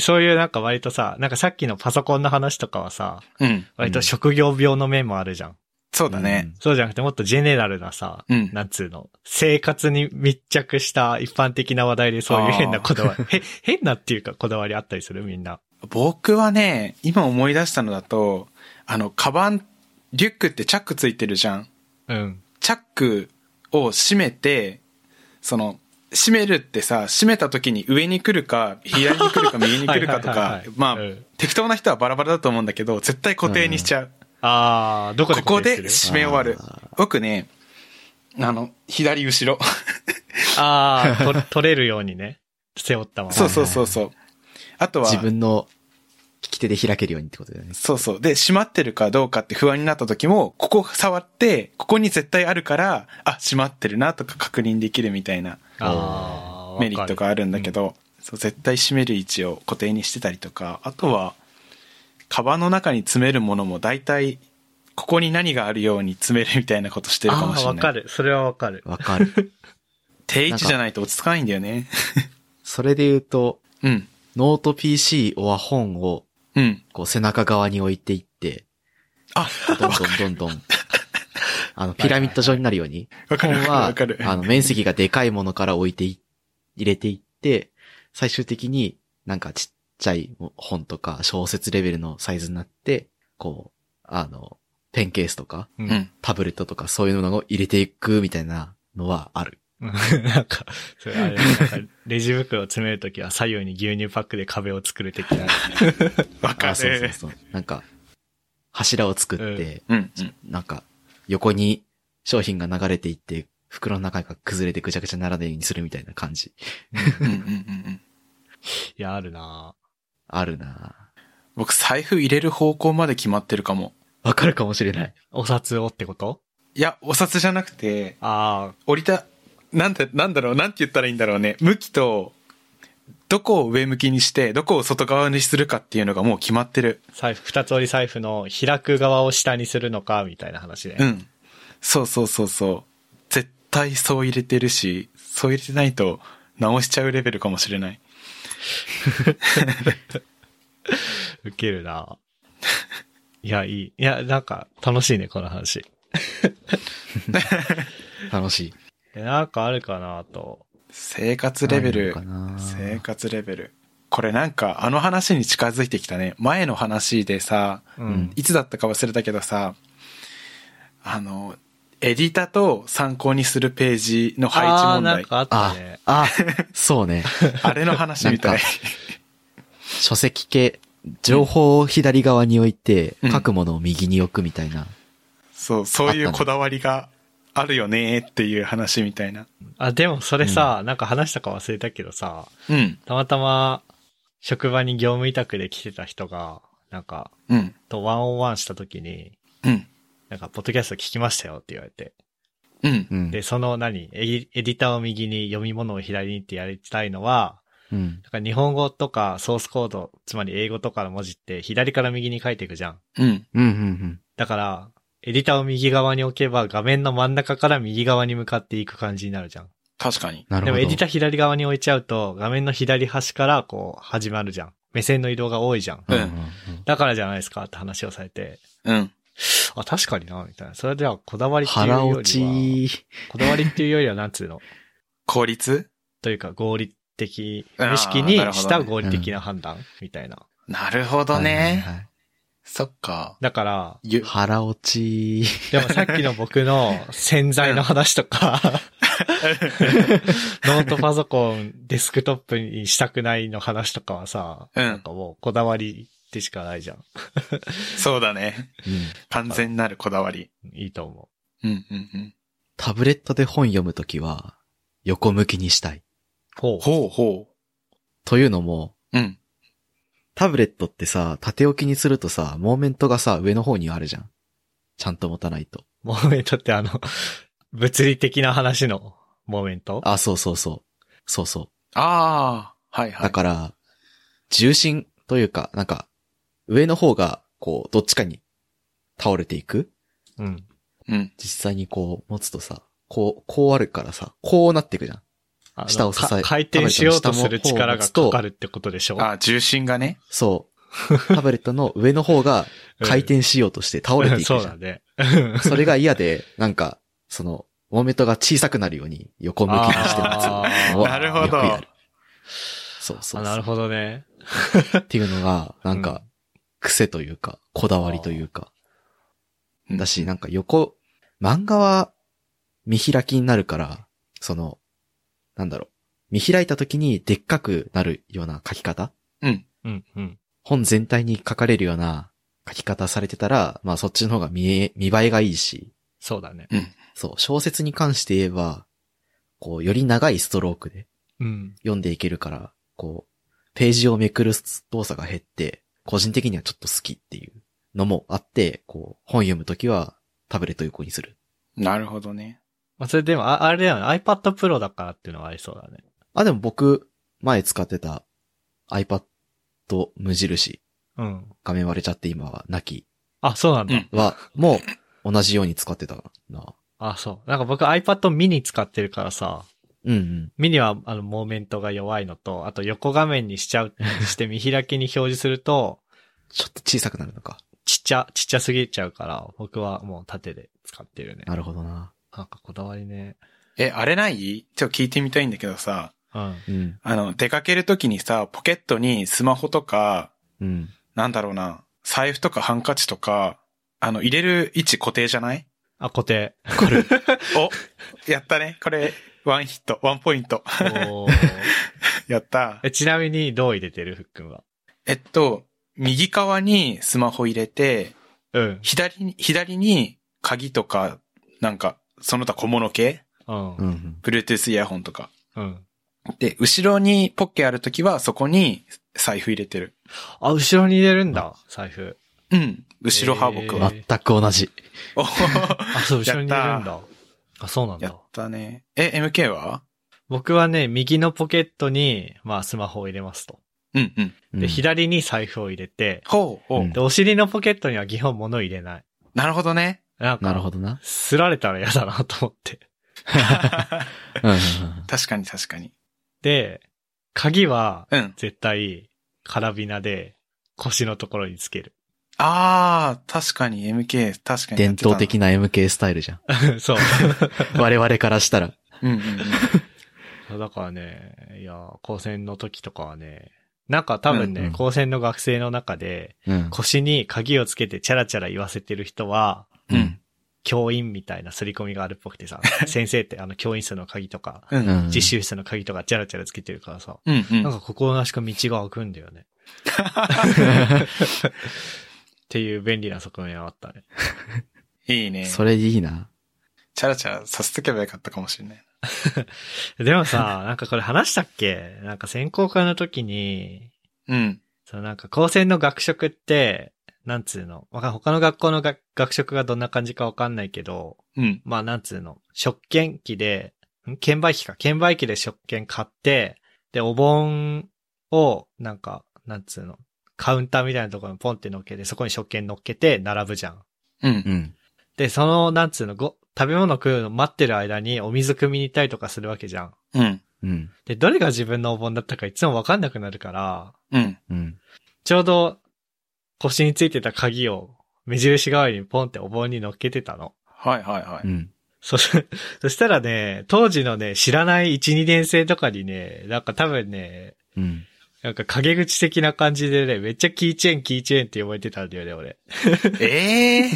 Speaker 1: そういうなんか割とさ、なんかさっきのパソコンの話とかはさ、
Speaker 2: うん。
Speaker 1: 割と職業病の面もあるじゃん。
Speaker 2: そうだね。
Speaker 1: そうじゃなくてもっとジェネラルなさ、
Speaker 2: うん。
Speaker 1: なんつうの、生活に密着した一般的な話題でそういう変なこだわり、へ変なっていうかこだわりあったりするみんな。
Speaker 2: 僕はね、今思い出したのだと、あの、カバン、リュックってチャックついてるじゃん。
Speaker 1: うん。
Speaker 2: チャックを閉めて、その、閉めるってさ、閉めた時に上に来るか、左に来るか、右に来るかと
Speaker 1: はいはい
Speaker 2: か
Speaker 1: はいはい、
Speaker 2: まあ、
Speaker 1: うん
Speaker 2: 適当な人はバラバラだと思うんだけど、絶対固定にしちゃう。
Speaker 1: あー、どこで
Speaker 2: ここ
Speaker 1: 固定
Speaker 2: です
Speaker 1: る
Speaker 2: 締め終わる
Speaker 3: あ。
Speaker 2: 僕ね、あの、左後ろ。
Speaker 1: あー と、取れるようにね。背負ったまま。
Speaker 2: そうそうそうそう。あとは、
Speaker 3: 自分の利き手で開けるようにってことだよね。
Speaker 2: そうそう。で、閉まってるかどうかって不安になった時も、ここ触って、ここに絶対あるから、あ、閉まってるなとか確認できるみたいな
Speaker 1: あー
Speaker 2: メリットがあるんだけ。ど、そう絶対閉める位置を固定にしてたりとか、あとは、カバンの中に詰めるものも大体、ここに何があるように詰めるみたいなことしてるかも
Speaker 1: あ
Speaker 2: し
Speaker 1: あ、
Speaker 2: れ
Speaker 1: わ
Speaker 2: な
Speaker 1: か
Speaker 2: い。
Speaker 1: る。それはわかる。
Speaker 3: わ かる。
Speaker 2: 定位置じゃないと落ち着かないんだよね。
Speaker 3: それで言うと、
Speaker 2: うん。
Speaker 3: ノート PC は本を
Speaker 2: うん。
Speaker 3: こう背中側に置いていって、
Speaker 2: あ、
Speaker 3: どんどんどんど ん、あの、ピラミッド状になるように、
Speaker 2: わかる
Speaker 3: 本
Speaker 2: わかる
Speaker 3: は
Speaker 2: わかる、。
Speaker 3: あの、面積がでかいものから置いてい、入れていって、最終的になんかちっちゃい本とか小説レベルのサイズになって、こう、あの、ペンケースとか
Speaker 1: う
Speaker 2: うん。
Speaker 3: タブレットとかそういうのを入れていくみたいなのはある。
Speaker 1: うん なんか、それあれ、なんかレジ袋を詰めるときは左右に牛乳パックで壁を作る的な。
Speaker 2: わか
Speaker 3: あそうそう
Speaker 2: る。
Speaker 3: そう。なんか、柱を作って、
Speaker 2: うん。うん
Speaker 3: なんか、横に商品が流れていって、袋の中が崩れてぐちゃぐちゃにならないようにするみたいな感じ。
Speaker 2: うんうんうんうん。
Speaker 1: いや、あるな
Speaker 3: あるな
Speaker 2: 僕、財布入れる方向まで決まってるかも。
Speaker 3: ぁわかるかもしれない。
Speaker 1: お札をってこと
Speaker 2: いや、お札じゃなくて、
Speaker 1: あ
Speaker 2: 折りた、なんだ、なんだろう、なんて言ったらいいんだろうね。向きと、どこを上向きにして、どこを外側にするかっていうのがもう決まってる
Speaker 1: あ、。財布、二つ折り財布の開く側を下にするのか、みたいな話で。
Speaker 2: うん。そうそうそうそう。絶対そう入れてるし、そう入れてないと直しちゃうレベルかもしれない。
Speaker 1: ウケるないや、いい。いや、なんか、楽しいね、この話。
Speaker 3: 楽しい。
Speaker 1: えなんかあるかなと。
Speaker 2: 生活レベル
Speaker 3: ない。のかな。
Speaker 2: 生活レベル。これなんか、あの話に近づいてきたね。前の話でさ、
Speaker 1: うん
Speaker 2: いつだったか忘れたけどさ、あの、エディタと参考にするページの配置
Speaker 1: あー
Speaker 2: 問
Speaker 1: なん
Speaker 2: 題。
Speaker 1: かあった
Speaker 3: あ
Speaker 1: ね。、
Speaker 3: あ、そうね。
Speaker 2: あれの話みた
Speaker 3: ないん。書籍系、情報を左側に置いて
Speaker 2: う、ん
Speaker 3: 書くものを右に置くみたいな。
Speaker 2: そう、そうい
Speaker 3: あ
Speaker 2: う
Speaker 3: ったね
Speaker 2: こだわりがあるよねっていう話みたいな。
Speaker 1: あ、でもそれさ、なんか話したか忘れたけどさ、
Speaker 2: うん。
Speaker 1: たまたま、職場に業務委託で来てた人が、なんか、
Speaker 2: うん。
Speaker 1: とワンオンワンした時に、
Speaker 2: うん。
Speaker 1: なんか、ポッドキャスト聞きましたよって言われて。
Speaker 2: うん
Speaker 3: う。ん
Speaker 1: で、。その何、エディエディターを右に、読み物を左にってやりたいのは、
Speaker 3: うん。
Speaker 1: なんか日本語とかソースコード、つまり英語とかの文字って左から右に書いていくじゃん。
Speaker 2: うん。
Speaker 3: うん。うん。
Speaker 1: だから、エディターを右側に置けば画面の真ん中から右側に向かっていく感じになるじゃん。
Speaker 2: 確かに。
Speaker 3: なる
Speaker 1: で
Speaker 3: ほ
Speaker 1: も
Speaker 3: ど。
Speaker 1: エディター左側に置いちゃうと画面の左端からこう始まるじゃん。目線の移動が多いじゃん。
Speaker 2: うん
Speaker 1: だからじゃないですかって話をされて、
Speaker 2: うん。
Speaker 1: あ、確かにな、みたいな。それではこだわりっていうよりは
Speaker 3: 腹、落ち。
Speaker 1: こだわりっていうよりはなんつうの、
Speaker 2: 効率
Speaker 1: というか合理的、
Speaker 2: あー
Speaker 1: 無意識に
Speaker 2: なるほど
Speaker 1: し
Speaker 2: ね
Speaker 1: た合理的な判断みたいな。
Speaker 2: なるほど
Speaker 3: はい
Speaker 2: ね。
Speaker 3: はいはい。
Speaker 2: そっか。
Speaker 1: だから、
Speaker 2: ゆ
Speaker 3: 腹落ち。
Speaker 1: でもさっきの僕の洗剤の話と か、ノートパソコン、デスクトップにしたくないの話とかはさ、
Speaker 2: うん
Speaker 1: なんかもうこだわりでしかないじゃん。
Speaker 2: そうだね。
Speaker 3: うん
Speaker 2: 完全なるこだわり。
Speaker 1: いいと思
Speaker 2: うんうんうん。
Speaker 3: タブレットで本読むときは、横向きにしたい。
Speaker 1: う。ほ
Speaker 2: ほうほ
Speaker 3: というのも、
Speaker 2: う。うん。
Speaker 3: タブレットってさ、縦置きにするとさ、モーメントがさ、上の方にあるじゃん。ちゃんと持たないと。
Speaker 1: う。 モーメントってあの、物理的な話のモーメント
Speaker 3: あ、そうそうそう。そうそう。
Speaker 2: ああ。はいはい。
Speaker 3: だから、重心というか、なんか、上の方が、こう、どっちかに倒れていく
Speaker 1: うん。
Speaker 2: うん。
Speaker 3: 実際にこう、持つとさ、こう、こうあるからさ、こうなっていくじゃん。
Speaker 1: あの
Speaker 3: 下を支え
Speaker 1: か回転しようとする力がかかるってことでしょ
Speaker 2: あ、重心がね。
Speaker 3: そう。タブレットの上の方が回転しようとして倒れていくじゃ。
Speaker 1: うん んそうだね。
Speaker 3: それが嫌で、なんか、その、モーメントが小さくなるように横向きにしてます。
Speaker 1: あ ー
Speaker 3: わ
Speaker 2: なるほど
Speaker 3: よくやるそうそう
Speaker 1: あ
Speaker 3: そ
Speaker 1: な
Speaker 3: う
Speaker 1: る。ほどね。
Speaker 3: っていうのが、なん
Speaker 1: うん
Speaker 3: か、癖というか、こだわりというか。
Speaker 2: うん
Speaker 3: だし、なんか横、漫画は見開きになるから、その、なんだろう、見開いた時にでっかくなるような書き方
Speaker 1: うんうん。
Speaker 3: 本全体に書かれるような書き方されてたら、まあそっちの方が見え、見栄えがいいし、
Speaker 1: そうだね。
Speaker 3: そう、小説に関して言えば、こう、より長いストロークで
Speaker 1: うん。
Speaker 3: 読んでいけるから、こう、ページをめくる動作が減って、個人的にはちょっと好きっていうのもあって、こう、本読むときはタブレット横にする。
Speaker 2: なるほどね。
Speaker 1: まあ、それでも、ああれだよね。iPad Pro だからっていうのはありそうだね。
Speaker 3: あ、でも僕、前使ってた iPad 無印、
Speaker 1: うん。
Speaker 3: 画面割れちゃって今はなき
Speaker 1: あ、そうなんだ。
Speaker 2: うん
Speaker 3: は、もう同じように使ってたな。
Speaker 1: あ、そう。なんか僕 iPad mini 使ってるからさ、
Speaker 3: うんうん。
Speaker 1: ミニは、あの、モーメントが弱いのと、あと横画面にしち ゃう、して見開きに表示すると、
Speaker 3: ちょっと小さくなるのか。
Speaker 1: ちっちゃ、ちっちゃすぎちゃうから、僕はもう縦で使ってるね。
Speaker 3: なるほどな。
Speaker 1: なんかこだわりね。
Speaker 2: え、あれないちょっと聞いてみたいんだけどさ、
Speaker 1: うん。
Speaker 3: うん。
Speaker 2: あの、出かけるときにさ、ポケットにスマホとか、
Speaker 3: うん。
Speaker 2: なんだろうな、財布とかハンカチとか、あの、入れる位置固定じゃない
Speaker 1: あ、固定。
Speaker 2: お、やったね。これ、ワンヒット、ワンポイント。
Speaker 1: おー
Speaker 2: やった。
Speaker 1: えちなみに、どう入れてるふっくんは。
Speaker 2: えっと、右側にスマホ入れて、
Speaker 1: うん。
Speaker 2: 左に、左に鍵とか、なんか、その他小物系
Speaker 1: うん
Speaker 3: う。ん。
Speaker 2: ?Bluetooth イヤホンとか。
Speaker 1: うん。
Speaker 2: で、後ろにポッケあるときは、そこに財布入れてる。
Speaker 1: あ、後ろに入れるんだ、財布。
Speaker 2: うん。後ろ派僕
Speaker 1: え
Speaker 2: は。
Speaker 1: ー
Speaker 3: 全く同じ。
Speaker 2: おー
Speaker 1: あ、そう、後ろに入れるん
Speaker 2: や
Speaker 1: だ。あ、そうなん
Speaker 2: や
Speaker 1: だ
Speaker 2: っ。たね。え、MK は
Speaker 1: 僕はね、右のポケットに、まあ、スマホを入れますと。
Speaker 2: うんうん。
Speaker 1: で、左に財布を入れて、
Speaker 2: ほうほう。
Speaker 3: うん
Speaker 1: で、お尻のポケットには基本物を入れない。
Speaker 2: なるほどね。
Speaker 1: なん
Speaker 3: なる
Speaker 1: か、
Speaker 3: ほどな。
Speaker 1: すられたら嫌だなと思って。
Speaker 2: 確
Speaker 3: うんうん
Speaker 2: かに確かに。
Speaker 1: で、鍵は、
Speaker 2: うん。
Speaker 1: 絶対、カラビナで、腰のところにつける。
Speaker 2: あー、確かに MK、確か
Speaker 3: うん
Speaker 2: にやっ
Speaker 3: 伝
Speaker 2: てた
Speaker 3: 統的な MK スタイルじゃん。
Speaker 1: そう。
Speaker 3: 我々からしたら。
Speaker 2: うんうんうん。
Speaker 1: だからね、いや、高専の時とかはね、なんか多分ね、
Speaker 3: うんうん
Speaker 1: 高専の学生の中で、
Speaker 3: うん。
Speaker 1: 腰に鍵をつけてチャラチャラ言わせてる人は、
Speaker 2: うん。
Speaker 1: 教員みたいな刷り込みがあるっぽくて さ、先生ってあの教員室の鍵とか、
Speaker 2: うん。うん
Speaker 3: うん
Speaker 1: 実習室の鍵とかチャラチャラつけてるからさ、
Speaker 2: うんうん。
Speaker 1: なんか心なしか道が開くんだ よね。っていう便利な側面はあったね。
Speaker 2: いいね。
Speaker 3: それいいな。
Speaker 2: チャラチャラさせとけばよかったかもしれない。
Speaker 1: でもさ、なんかこれ話したっけなんか選考会の時に、
Speaker 2: うん。
Speaker 1: そのなんか高専の学食って、なんつうの、わかん他の学校のが学食がどんな感じかわかんないけど、
Speaker 2: うん。
Speaker 1: まあなんつうの、食券機で、ん券売機か、券売機で食券買って、で、お盆を、なんか、なんつうの、カウンターみたいなところにポンって乗っけて、そこに食券乗っけて並ぶじゃん。
Speaker 2: うん
Speaker 3: う。ん。
Speaker 1: で、その、なんつうの、ご、食べ物食うの待ってる間にお水汲みに行ったりとかするわけじゃん。
Speaker 2: うん。
Speaker 3: うん。
Speaker 1: で、どれが自分のお盆だったかいつもわかんなくなるから、
Speaker 2: うん。
Speaker 3: うん。
Speaker 1: ちょうど腰についてた鍵を目印代わりにポンってお盆に乗っけてたの。
Speaker 2: はいはいは
Speaker 3: う
Speaker 2: い。
Speaker 3: ん。
Speaker 1: そ、 そしたらね、当時のね、知らない1、2年生とかにね、なんか多分ね、
Speaker 3: うん。
Speaker 1: なんか陰口的な感じでね、めっちゃキーチェーン、キーチェーンって呼ばれてたんだよね、俺。
Speaker 2: ええ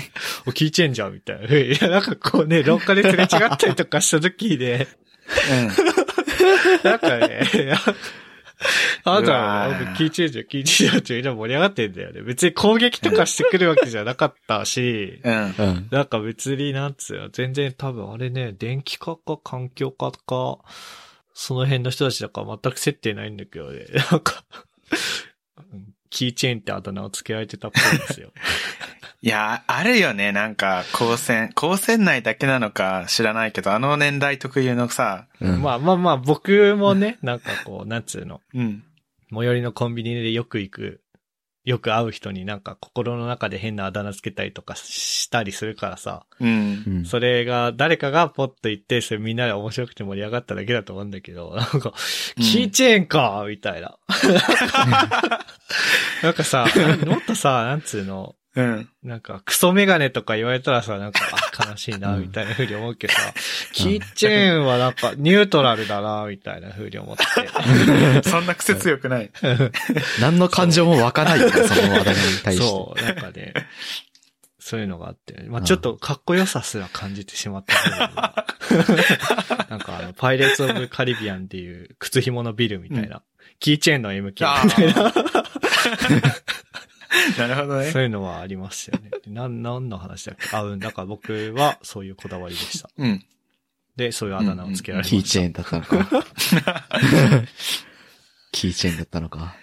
Speaker 1: お、キーチェーンじゃん、みたいな。 いや、なんかこうね、廊下ですれ違ったりとかした時にね、 なんかね、 あんたはね
Speaker 2: うわー
Speaker 1: キーチェーンじゃん、キーチェーンじゃんってみんな盛り上がってんだよね。別に攻撃とかしてくるわけじゃなかったし、
Speaker 2: うん。うん。
Speaker 3: うん。
Speaker 1: なんか別になんつうの、全然多分あれね、電気化か環境化か、その辺の人たちだから全く接点ないんだけどね、 なんか、うんキーチェーンってあだ名を付けられてたっぽいんですよ。
Speaker 2: いや、あるよね。なんか、高専。高専内だけなのか知らないけど、あの年代特有のさ、
Speaker 3: うん。
Speaker 1: まあまあまあ、僕もね、なんかこう、なんつうの、
Speaker 2: うん。
Speaker 1: 最寄りのコンビニでよく行くよく会う人になんか心の中で変なあだ名つけたりとかしたりするからさ、
Speaker 2: うん。
Speaker 3: うん
Speaker 1: それが誰かがポッと言って、それみんなで面白くて盛り上がっただけだと思うんだけど、 なんか、キーチェーンかみたい な。なんかさ、もっとさ、なんつうの、
Speaker 2: うん。
Speaker 1: なんか、クソメガネとか言われたらさ、なんか、あ悲しいな、みたいな風に思うけどさ、キーチェーンはなんか、ニュートラルだな、みたいな風に思って。
Speaker 2: そんな癖強くない。
Speaker 3: 何の感情も湧かない よね、その話題に対して。
Speaker 1: そう、なんか ね、そういうのがあって、まあちょっとかっこよさすら感じてしまった 部分が。なんかあの、パイレーツ・オブ・カリビアンっていう靴紐のビルみたいな、キーチェーンの MK みたいな、
Speaker 2: なるほどね
Speaker 1: そ。ういうのはありますよね。なん、なんの話だっけあ、うん、だから僕はそういうこだわりでした。
Speaker 2: うん。
Speaker 1: で、そういうあだ名をつけられました。
Speaker 3: キーチェーンだったの か。キーチェーンだったのか。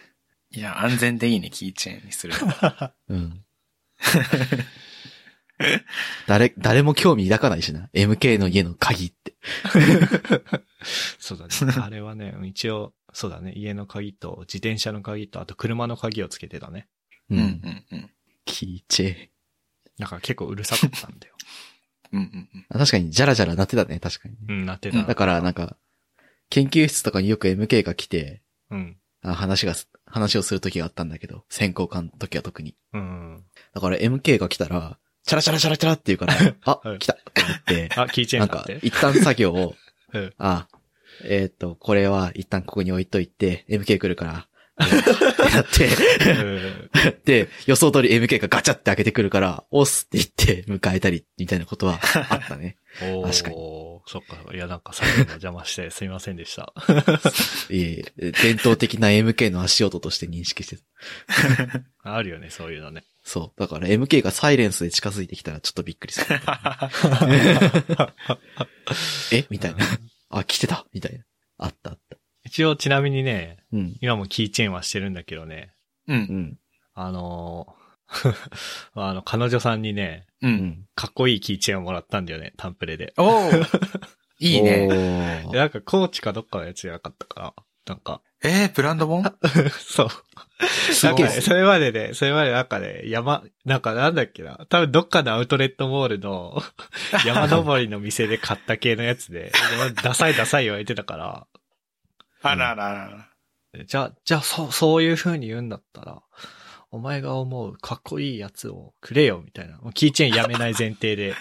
Speaker 2: いや、安全でいいね、キーチェーンにする。
Speaker 3: うん。誰、誰も興味抱かないしな。MK の家の鍵って。
Speaker 1: そうだね。あれはね、うん一応、そうだね。家の鍵と、自転車の鍵と、あと車の鍵をつけてたね。
Speaker 3: う。
Speaker 2: うんん、うん、うん。
Speaker 3: キーチェーン
Speaker 1: だから結構うるさかったんだよ。
Speaker 2: うん、うんうん。
Speaker 3: あ。確かに、ジャラジャラ鳴ってたね、確かに。
Speaker 1: うん、なってた。
Speaker 3: だから、なんか、研究室とかによく MK が来て、
Speaker 1: うん。
Speaker 3: あ話が、話をする時があったんだけど、選考官の時は特に。
Speaker 1: うん。
Speaker 3: だから MK が来たら、チャラチャラチャラチャラって言うから、
Speaker 1: は
Speaker 3: あ、
Speaker 1: い
Speaker 3: 来たって思って、
Speaker 1: あ、キー チェー
Speaker 3: な
Speaker 1: ン
Speaker 3: ん
Speaker 1: だっ
Speaker 3: か
Speaker 1: て、
Speaker 3: 一旦作業を、
Speaker 1: うん
Speaker 3: あ、えっ、と、これは一旦ここに置いといて、MK 来るから、 ってなっ
Speaker 1: うん
Speaker 3: て、で、予想通り MK がガチャって開けてくるから、押すって言って迎えたり、みたいなことはあっ たね。
Speaker 1: おー
Speaker 3: 確か
Speaker 1: そっか。いや、なんか作業の邪魔してすみませんでした。
Speaker 3: いえいえ、伝統的な MK の足音として認識してた。
Speaker 1: あるよね、そういうのね。
Speaker 3: そう。だから MK がサイレンスで近づいてきたらちょっとびっくり する。えみたいな。あ、来てたみたいな。あったあった。
Speaker 1: 一応、ちなみにね、
Speaker 3: うん。
Speaker 1: 今もキーチェーンはしてるんだけどね、
Speaker 2: う、
Speaker 3: うんん。
Speaker 1: あのー あの、彼女さんにね、
Speaker 2: う。
Speaker 3: うんん。
Speaker 1: かっこいいキーチェーンをもらったんだよね、タンプレで。
Speaker 2: おーいいね。
Speaker 3: ね
Speaker 1: でなんか、コーチかどっかのやつじゃなかったから、なんか、
Speaker 2: えー、ブランド本
Speaker 1: そう。
Speaker 2: す
Speaker 1: なん
Speaker 2: ご
Speaker 1: か
Speaker 2: い
Speaker 1: ね、。それまでね、それまでなんかね、山、なんかなんだっけな、多分どっかのアウトレットモールの 山登りの店で買った系のやつで、でダサいダサい言われてたから、
Speaker 2: あらあらあら。
Speaker 1: じゃあ、じゃあ、そう、そういう風に言うんだったら、お前が思うかっこいいやつをくれよ、みたいな。もうキーチェーンやめない前提 で。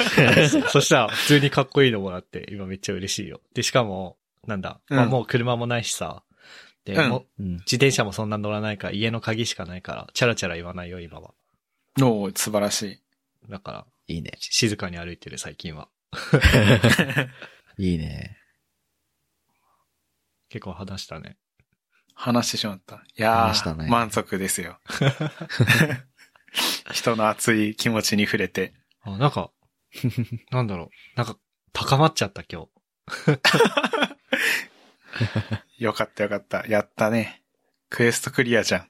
Speaker 1: そしたら、普通にかっこいいのもらって、今めっちゃ嬉しいよ。で、しかも、なんだ、まあ
Speaker 2: うん
Speaker 1: もう車もないしさ。で、
Speaker 2: うん
Speaker 1: もう
Speaker 3: うん。
Speaker 1: 自転車もそんな乗らないから、家の鍵しかないから、チャラチャラ言わないよ、今は。
Speaker 2: おー素晴らしい。
Speaker 1: だから、
Speaker 3: いいね。
Speaker 1: し静かに歩いてる、最近は。
Speaker 3: いいね。
Speaker 1: 結構話したね。
Speaker 2: 話してしまった。いや
Speaker 3: 話した
Speaker 2: ー、
Speaker 3: ね
Speaker 2: 満足ですよ。 人の熱い気持ちに触れて。
Speaker 1: あ、なん か、なんだろう。なんか、高まっちゃった、今日。
Speaker 2: よかったよかった。やったね。クエストクリアじゃん。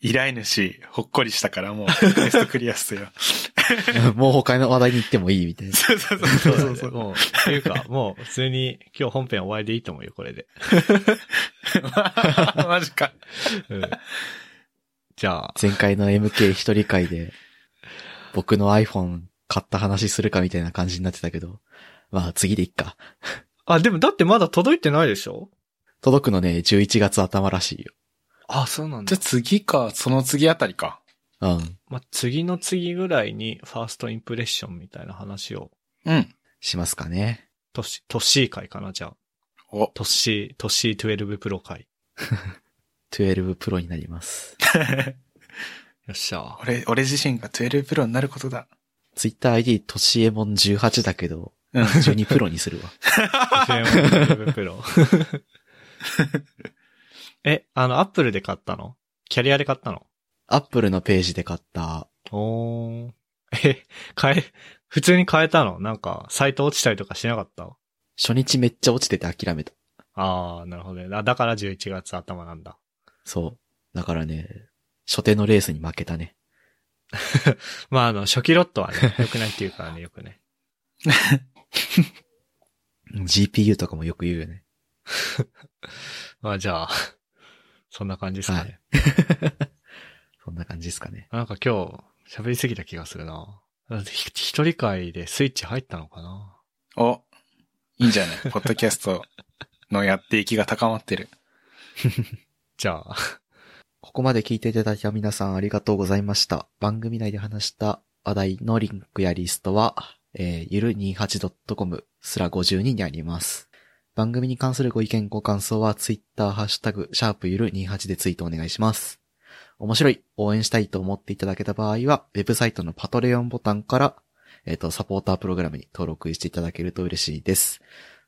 Speaker 2: 依頼主、ほっこりしたからもう、クエストクリアっすよ。
Speaker 3: もう他の話題に行ってもいいみたいな。
Speaker 2: そうそうそう
Speaker 1: そ
Speaker 2: そう
Speaker 1: そ。
Speaker 2: うそうう。
Speaker 1: もう、っていうか、もう普通に今日本編終わりでいいと思うよ、これで。
Speaker 2: マジか。
Speaker 1: うんじゃあ、
Speaker 3: 前回の MK 一人会で、僕の iPhone 買った話するかみたいな感じになってたけど、まあ次でいっか。
Speaker 1: あ、でもだってまだ届いてないでしょ
Speaker 3: 届くのね、11月頭らしいよ。
Speaker 1: あ、そうなん
Speaker 2: じゃあ。次か、その次あたりか。
Speaker 3: うん。
Speaker 1: まあ、次の次ぐらいにファーストインプレッションみたいな話を、
Speaker 2: うん。
Speaker 3: しますかね。
Speaker 1: トッシー、トッシー会かな、じゃあ。
Speaker 2: お、
Speaker 1: トッシー、トッシー12プロ会。
Speaker 3: 12プロになります。
Speaker 1: よっしゃ。
Speaker 2: 俺、俺自身が12プロになることだ。
Speaker 3: TwitterID としえもん18だけど、
Speaker 2: うん。
Speaker 3: 12プロにするわ。
Speaker 1: 12プロ。 え、あの、アップルで買ったのキャリアで買ったの
Speaker 3: Apple のページで買った。
Speaker 1: おー。え、変え、普通に変えたのなんか、サイト落ちたりとかしなかった
Speaker 3: 初日めっちゃ落ちてて諦めた。
Speaker 1: ああ、なるほどね。あだから11月頭なんだ。
Speaker 3: そう。だからね、初手のレースに負けたね。
Speaker 1: まあ、あの、初期ロットは ね、良くないっていうからね、よくね。
Speaker 3: うん GPU とかもよく言うよね。
Speaker 1: まあ、じゃあ、そんな感じですかね。
Speaker 3: はいそんな感じですかね。
Speaker 1: なんか今日、喋りすぎた気がするな。ひ一人会でスイッチ入ったのかな
Speaker 2: お、いいんじゃない ポッドキャストのやっていきが高まってる。
Speaker 1: じゃあ、
Speaker 3: ここまで聞いていただいた皆さんありがとうございました。番組内で話した話題のリンクやリストは、えー、ゆる 28.com すら52にあります。番組に関するご意見、ご感想は、ツイッター、ハッシュタグ、シャープゆる28でツイートお願いします。面白い、応援したいと思っていただけた場合は、ウェブサイトのパトレオンボタンから、えっ、と、サポータープログラムに登録していただけると嬉しいです。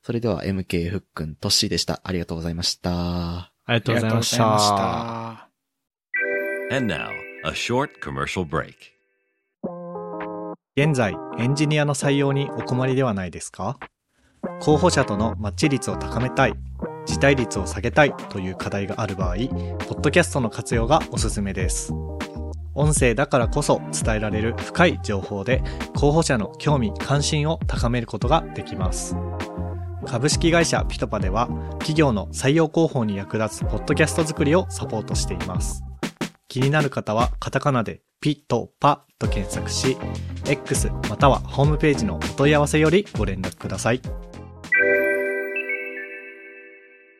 Speaker 3: それでは、MK ふっくん、とっしーでした。ありがとうございました。
Speaker 1: ありがとうございまし
Speaker 2: ありがとうござい
Speaker 1: た
Speaker 2: まし。た。
Speaker 4: And now, a short commercial break.
Speaker 1: 現在エンジニアの採用にお困りではないですか候補者とのマッチ率を高めたい辞退率を下げたいという課題がある場合ポッドキャストの活用がおすすめです音声だからこそ伝えられる深い情報で候補者の興味関心を高めることができます株式会社ピトパでは企業の採用広報に役立つポッドキャスト作りをサポートしています気になる方はカタカナでピトパと検索し X またはホームページのお問い合わせよりご連絡ください。